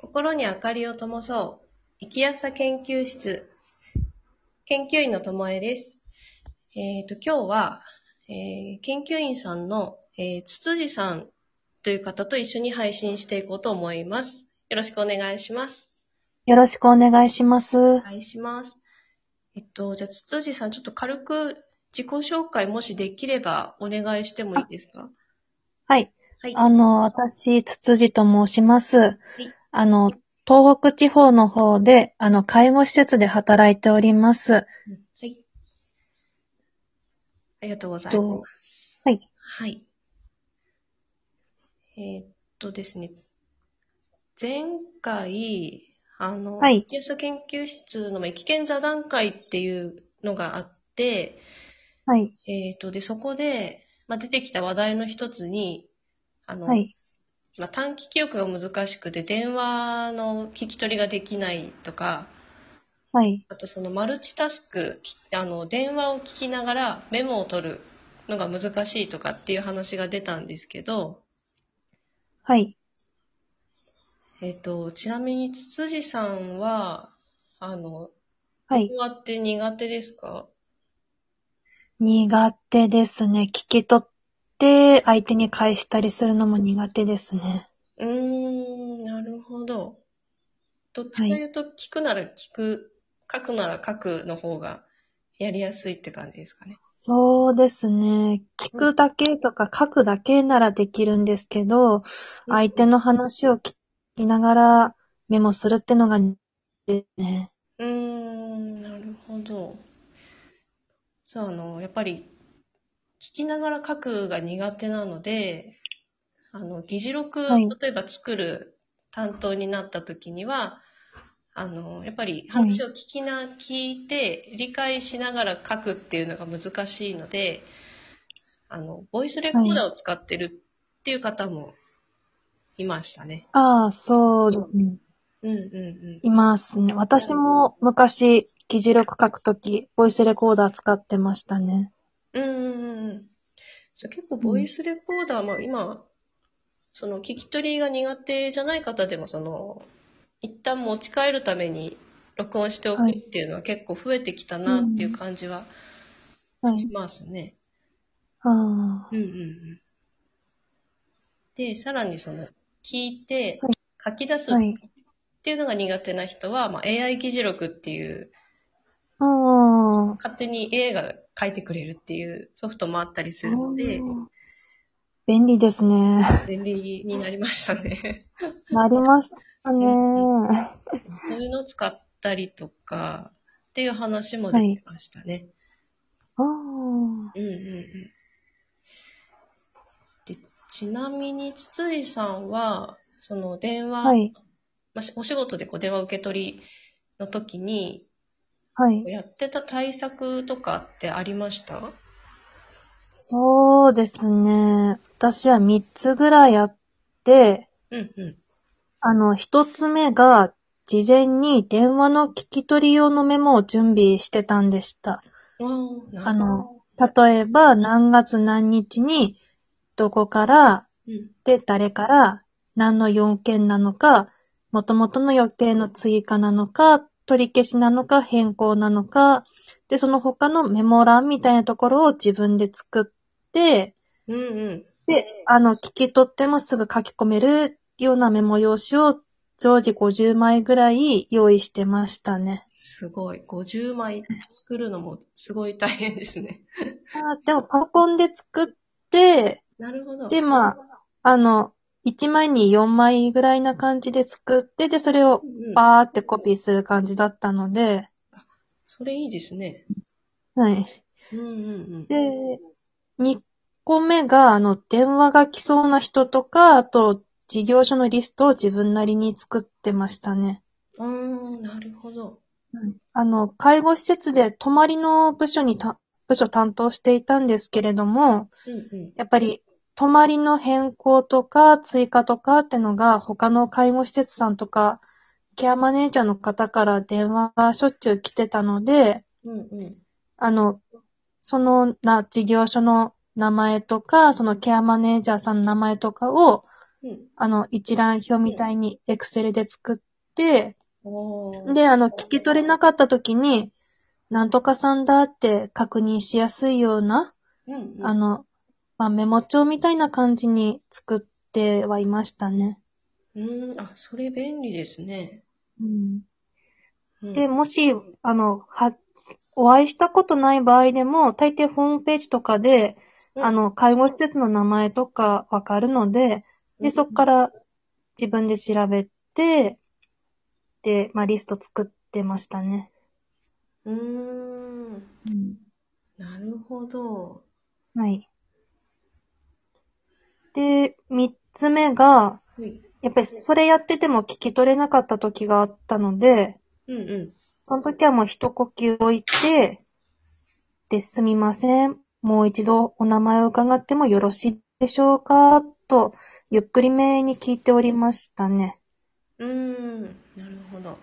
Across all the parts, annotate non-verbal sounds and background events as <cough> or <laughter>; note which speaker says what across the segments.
Speaker 1: 心に明かりを灯そう。生きやさ研究室。研究員のともえです。えっ、と、今日は、えー研究員さんの、えー、つつじさんという方と一緒に配信していこうと思います。よろしくお願いします。
Speaker 2: よろしくお願いします
Speaker 1: お。願いします。えっと、じゃあ、つつじさん、ちょっと軽く自己紹介もしできればお願いしてもいいですか
Speaker 2: はい。
Speaker 1: はい。
Speaker 2: あの、私、つつじと申します
Speaker 1: い。
Speaker 2: あの、東北地方の方で、あの、介護施設で働いております。
Speaker 1: うんはい。ありがとうございま
Speaker 2: と
Speaker 1: す。
Speaker 2: はい。
Speaker 1: はい。えーっとですね。前回、あの、
Speaker 2: はい
Speaker 1: イエス研究室のまあ危険座談会っていうのがあって、
Speaker 2: はい。
Speaker 1: えーっと、で、そこで、まあ、出てきた話題の一つに、あの、
Speaker 2: はい。
Speaker 1: まあ、短期記憶が難しくて、電話の聞き取りができないとか、
Speaker 2: はい。
Speaker 1: あとそのマルチタスク、きあの、電話を聞きながらメモを取るのが難しいとかっていう話が出たんですけど、
Speaker 2: はい。
Speaker 1: えっと、ちなみに、つつじさんは、あの、
Speaker 2: はい
Speaker 1: 電。話って苦手ですか
Speaker 2: 苦手ですね。聞き取って、相手に返したりするのも苦手ですね。
Speaker 1: うーん、なるほど。どっちか言うと、聞くなら聞く、書くなら書くの方がやりやすいって感じですかね。
Speaker 2: そうですね。聞くだけとか書くだけならできるんですけど、相手の話を聞きながらメモするってのがですね。
Speaker 1: うーん、なるほど。そう、あの、やっぱり、聞きながら書くが苦手なので、あの、議事録、
Speaker 2: はい
Speaker 1: 例えば作る担当になった時には、あの、やっぱり話を聞きな、聞いて、理解しながら書くっていうのが難しいので、あの、ボイスレコーダーを使ってるっていう方もいましたね。
Speaker 2: ああ、そうですね。
Speaker 1: うんうん
Speaker 2: いますね。私も昔、議事録書くとき、ボイスレコーダー使ってましたね。
Speaker 1: うん。うんうんうん。そう結構ボイスレコーダー、まあ今、その聞き取りが苦手じゃない方でも、その、一旦持ち帰るために録音しておく
Speaker 2: は
Speaker 1: っ
Speaker 2: い
Speaker 1: ていうのは結構増えてきたなっていう感じは
Speaker 2: はい
Speaker 1: し。ますね。
Speaker 2: ああ、
Speaker 1: うんうんうん。で、さらにその、聞いて
Speaker 2: はい
Speaker 1: 書き出すっ
Speaker 2: はい。
Speaker 1: ていうのが苦手な人は、まあ AI 議事録っていう、
Speaker 2: ああ。
Speaker 1: 勝手に AI が書いてくれるっていうソフトもあったりするので、
Speaker 2: 便利です <laughs> ね。
Speaker 1: 便利になりましたね。
Speaker 2: なりましたね。
Speaker 1: うんそういうのを使ったりとか、っていう話も出てましたね。
Speaker 2: ああ。
Speaker 1: うんうんうん。で、ちなみに、筒井さんは、その電話、
Speaker 2: はい。
Speaker 1: まあしお仕事でこう電話受け取りの時に、
Speaker 2: はい。
Speaker 1: やってた対策とかってありました
Speaker 2: そうですね。私は3つぐらいあって、
Speaker 1: うんうん。
Speaker 2: あの、1つ目が、事前に電話の聞き取り用のメモを準備してたんでした。
Speaker 1: ああ、な
Speaker 2: あ
Speaker 1: る
Speaker 2: の、例えば、何月何日に、どこから、
Speaker 1: うん。
Speaker 2: で、誰から、何の要件なのか、元々の予定の追加なのか、取り消しなのか、変更なのか、で、その他のメモ欄みたいなところを自分で作って、
Speaker 1: うんうん。
Speaker 2: で、あの、聞き取ってもすぐ書き込めるようなメモ用紙を常時50枚ぐらい用意してましたね。
Speaker 1: すごい。50枚作るのもすごい大変ですね。
Speaker 2: あーでもパソコンで作って、
Speaker 1: なるほど。
Speaker 2: で、まあ、あの、1枚に4枚ぐらいな感じで作って、で、それを
Speaker 1: うん、
Speaker 2: バーってコピーする感じだったので、
Speaker 1: それいいですね。
Speaker 2: はい。
Speaker 1: うんうんうん。
Speaker 2: で、2個目が、あの、電話が来そうな人とか、あと、事業所のリストを自分なりに作ってましたね。
Speaker 1: うーん、なるほど。
Speaker 2: あの、介護施設で泊まりの部署にた、部署担当していたんですけれども、
Speaker 1: うんうん。
Speaker 2: やっぱり泊まりの変更とか追加とかってのが他の介護施設さんとか、ケアマネージャーの方から電話がしょっちゅう来てたので、
Speaker 1: うんうん。
Speaker 2: あの、そのな、事業所の名前とか、そのケアマネージャーさんの名前とかを、
Speaker 1: うん。
Speaker 2: あの、一覧表みたいに Excel で作って、
Speaker 1: おー
Speaker 2: で、あの、聞き取れなかった時に、なんとかさんだって確認しやすいような、
Speaker 1: うん、うん。
Speaker 2: あの、まあ、メモ帳みたいな感じに作ってはいましたね。
Speaker 1: うん、あ、それ便利ですね。
Speaker 2: うん
Speaker 1: うん、
Speaker 2: で、もし、あの、は、お会いしたことない場合でも、大抵ホームページとかで、
Speaker 1: うん
Speaker 2: あの、介護施設の名前とかわかるので、で、そこから自分で調べて、で、まあ、リスト作ってましたね。
Speaker 1: うーん。なるほど。
Speaker 2: はい。で、三つ目
Speaker 1: は
Speaker 2: が、
Speaker 1: い。
Speaker 2: やっぱりそれやってても聞き取れなかった時があったので、
Speaker 1: うんうん。
Speaker 2: その時はもう一呼吸置いて、で、すみません。もう一度お名前を伺ってもよろしいでしょうかと、ゆっくりめに聞いておりましたね。
Speaker 1: うーん。なるほど。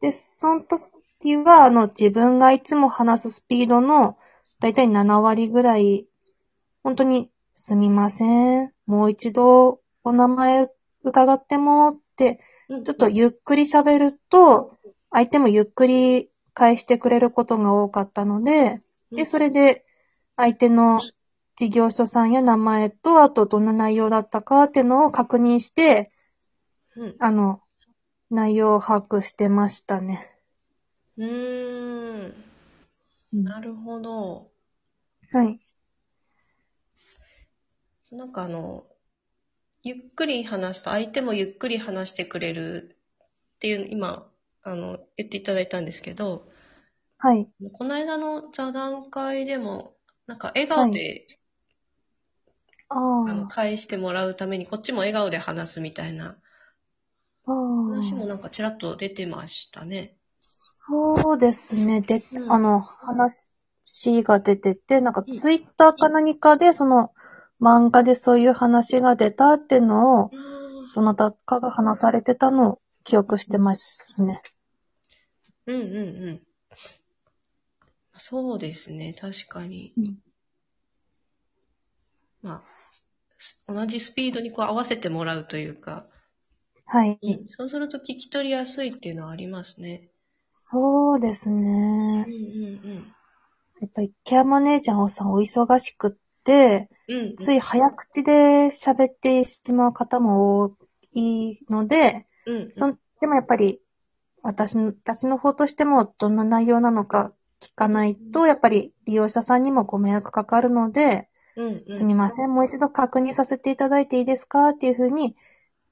Speaker 2: で、その時は、あの、自分がいつも話すスピードの、だいたい7割ぐらい、本当に、すみません。もう一度お名前伺ってもって
Speaker 1: うん
Speaker 2: ちょっとゆっくり喋ると、相手もゆっくり返してくれることが多かったので、
Speaker 1: う
Speaker 2: で、
Speaker 1: ん
Speaker 2: それで相手の事業所さんや名前と、あとどんな内容だったかっていうのを確認して、
Speaker 1: うん
Speaker 2: あの、内容を把握してましたね。
Speaker 1: うーん。なるほど。
Speaker 2: はい。
Speaker 1: なんかあの、ゆっくり話すと、相手もゆっくり話してくれるっていう、今、あの、言っていただいたんですけど、
Speaker 2: はい。
Speaker 1: この間の座談会でも、なんか笑顔で、
Speaker 2: あ
Speaker 1: あの
Speaker 2: あ。
Speaker 1: 返してもらうために、こっちも笑顔で話すみたいな
Speaker 2: あ
Speaker 1: 話も
Speaker 2: あ。
Speaker 1: なんかちらっと出てましたね。
Speaker 2: そうですね。で、
Speaker 1: うん
Speaker 2: あの、話が出てて、なんか
Speaker 1: うん
Speaker 2: ツイッターか何かで、その、漫画でそういう話が出たってのを、
Speaker 1: あー
Speaker 2: どなたかが話されてたのを記憶してますね。
Speaker 1: うんうんうん。そうですね、確かに。
Speaker 2: うん
Speaker 1: まあ、す同じスピードにこう合わせてもらうというか、
Speaker 2: はい。
Speaker 1: そうすると聞き取りやすいっていうのはありますね。
Speaker 2: そうです
Speaker 1: うん
Speaker 2: ね。
Speaker 1: うん
Speaker 2: やっぱりケアマネージャーさんお忙しくって、
Speaker 1: うん。うん。
Speaker 2: つい早口で喋ってしまう方も多いので、
Speaker 1: うん。
Speaker 2: そんでもやっぱり私のたちの方としてもどんな内容なのか聞かないと、やっぱり利用者さんにもご迷惑かかるので、
Speaker 1: うんうん。
Speaker 2: すみません、もう一度確認させていただいていいですかっていうふうに、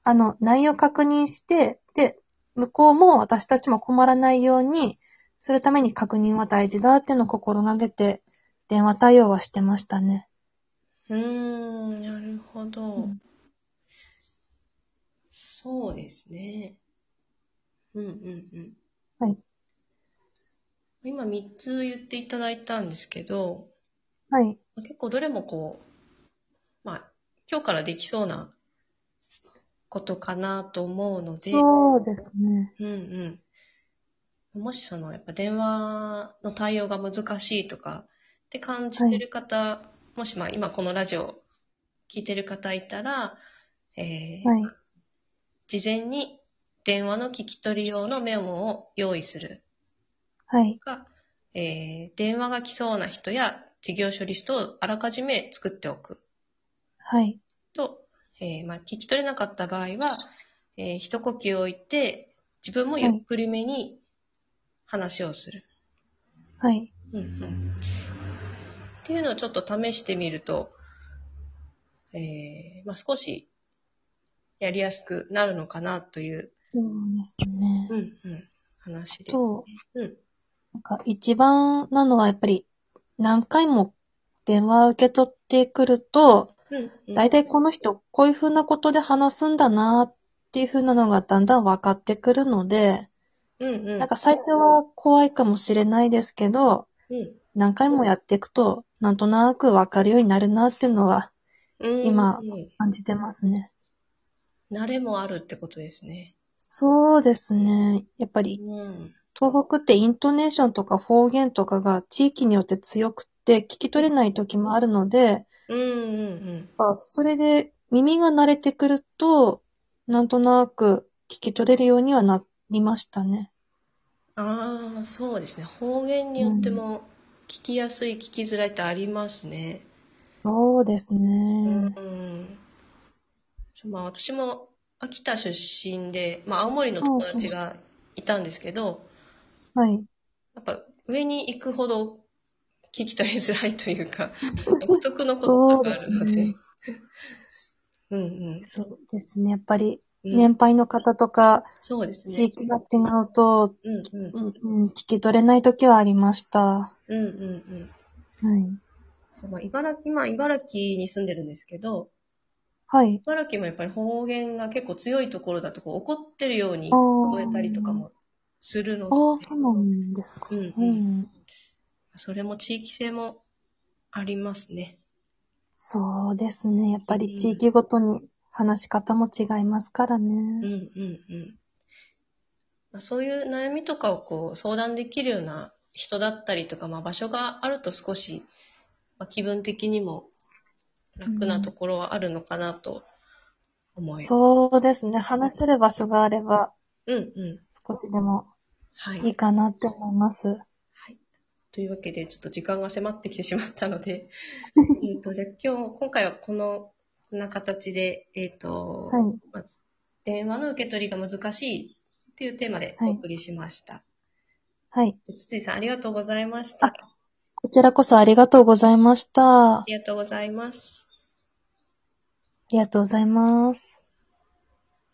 Speaker 2: あの、内容確認して、で、向こうも私たちも困らないようにするために確認は大事だっていうのを心がけて、電話対応はしてましたね。
Speaker 1: うーん、なるほど。
Speaker 2: うん
Speaker 1: そうですね。うんうんうん。
Speaker 2: はい。
Speaker 1: 今3つ言っていただいたんですけど、
Speaker 2: はい。
Speaker 1: 結構どれもこう、まあ、今日からできそうなことかなと思うので、
Speaker 2: そうですね。
Speaker 1: うんうん。もしその、やっぱ電話の対応が難しいとかって感じてる方、もしまあ今このラジオ聞いてる方いたら、えー
Speaker 2: はい。
Speaker 1: 事前に電話の聞き取り用のメモを用意する
Speaker 2: はい。
Speaker 1: か、えー電話が来そうな人や事業処理ストをあらかじめ作っておく
Speaker 2: はい。
Speaker 1: と、えーまあ、聞き取れなかった場合は、えー一呼吸置いて、自分もゆっくりめに話をする。
Speaker 2: はい。
Speaker 1: うんうん、っていうのをちょっと試してみると、えーまあ、少しやりやすくなるのかなという、
Speaker 2: そうですね
Speaker 1: う。んうん、話です。
Speaker 2: と、
Speaker 1: うん
Speaker 2: なんか一番なのはやっぱり何回も電話受け取ってくると、
Speaker 1: うんうん、
Speaker 2: 大体この人、こういう風なことで話すんだなっていう風なのがだんだん分かってくるので、
Speaker 1: うんうん、
Speaker 2: なんか最初は怖いかもしれないですけど、何回もやっていくと、なんとなく分かるようになるなっていうのは
Speaker 1: うん、
Speaker 2: 今
Speaker 1: うんうん
Speaker 2: 感じてますね。
Speaker 1: 慣れもあるってことですね。
Speaker 2: そうですね。やっぱり
Speaker 1: うん
Speaker 2: 東北ってイントネーションとか方言とかが地域によって強くって聞き取れない時もあるので、
Speaker 1: うんうん
Speaker 2: まあそれで耳が慣れてくると、なんとなく聞き取れるようにはなりましたね。
Speaker 1: ああ、そうですね。方言によっても、聞きやすい、聞きづらいってありますね。
Speaker 2: そうです
Speaker 1: うん
Speaker 2: ね。。
Speaker 1: そうまあ、私も秋田出身で、まあ、青森の友達がいたんですけど、
Speaker 2: はい。
Speaker 1: やっぱ上に行くほど聞き取りづらいという
Speaker 2: <laughs>
Speaker 1: か、独特の
Speaker 2: そ
Speaker 1: 言葉
Speaker 2: う
Speaker 1: が
Speaker 2: で
Speaker 1: あ
Speaker 2: す
Speaker 1: るので。
Speaker 2: ね。
Speaker 1: <laughs> うんうん。
Speaker 2: そうですね。やっぱり、
Speaker 1: うん
Speaker 2: 年配の方とか、
Speaker 1: そうです
Speaker 2: 地
Speaker 1: ね。
Speaker 2: 域が違うと、
Speaker 1: うんうん。
Speaker 2: うんうん、聞き取れない時はありました。は
Speaker 1: うんうんうん。
Speaker 2: い。
Speaker 1: そうまあ、茨城、今、茨城に住んでるんですけど、
Speaker 2: はい。
Speaker 1: 茨城もやっぱり方言が結構強いところだと、こう怒ってるように
Speaker 2: あ
Speaker 1: 聞
Speaker 2: ー
Speaker 1: こえたりとかもするので、
Speaker 2: ああ、そうなんですか。
Speaker 1: うん
Speaker 2: う
Speaker 1: うん
Speaker 2: ん。
Speaker 1: それも地域性もありますね。
Speaker 2: そうですね。やっぱり地域ごとに話し方も違いますから
Speaker 1: うん
Speaker 2: ね。
Speaker 1: うんうんまあ。そういう悩みとかをこう相談できるような人だったりとか、まあ、場所があると少し、まあ、気分的にも楽なところはあるのかなと思います。
Speaker 2: そうですね。話せる場所があれば、
Speaker 1: うんうん。
Speaker 2: 少しでも
Speaker 1: はい。
Speaker 2: いいかなって思います。
Speaker 1: はい。というわけで、ちょっと時間が迫ってきてしまったの
Speaker 2: <laughs>
Speaker 1: で、えっと、じゃあ今日、今回はこの、こんな形で、えっ、と、
Speaker 2: はい。
Speaker 1: まあ電話の受け取りが難しいっていうテーマで
Speaker 2: はい
Speaker 1: お送りしました。
Speaker 2: はい。
Speaker 1: で筒井さん、ありがとうございました。
Speaker 2: あこちらこそありがとうございました。あ
Speaker 1: ありがとうございます。
Speaker 2: りがとうございます。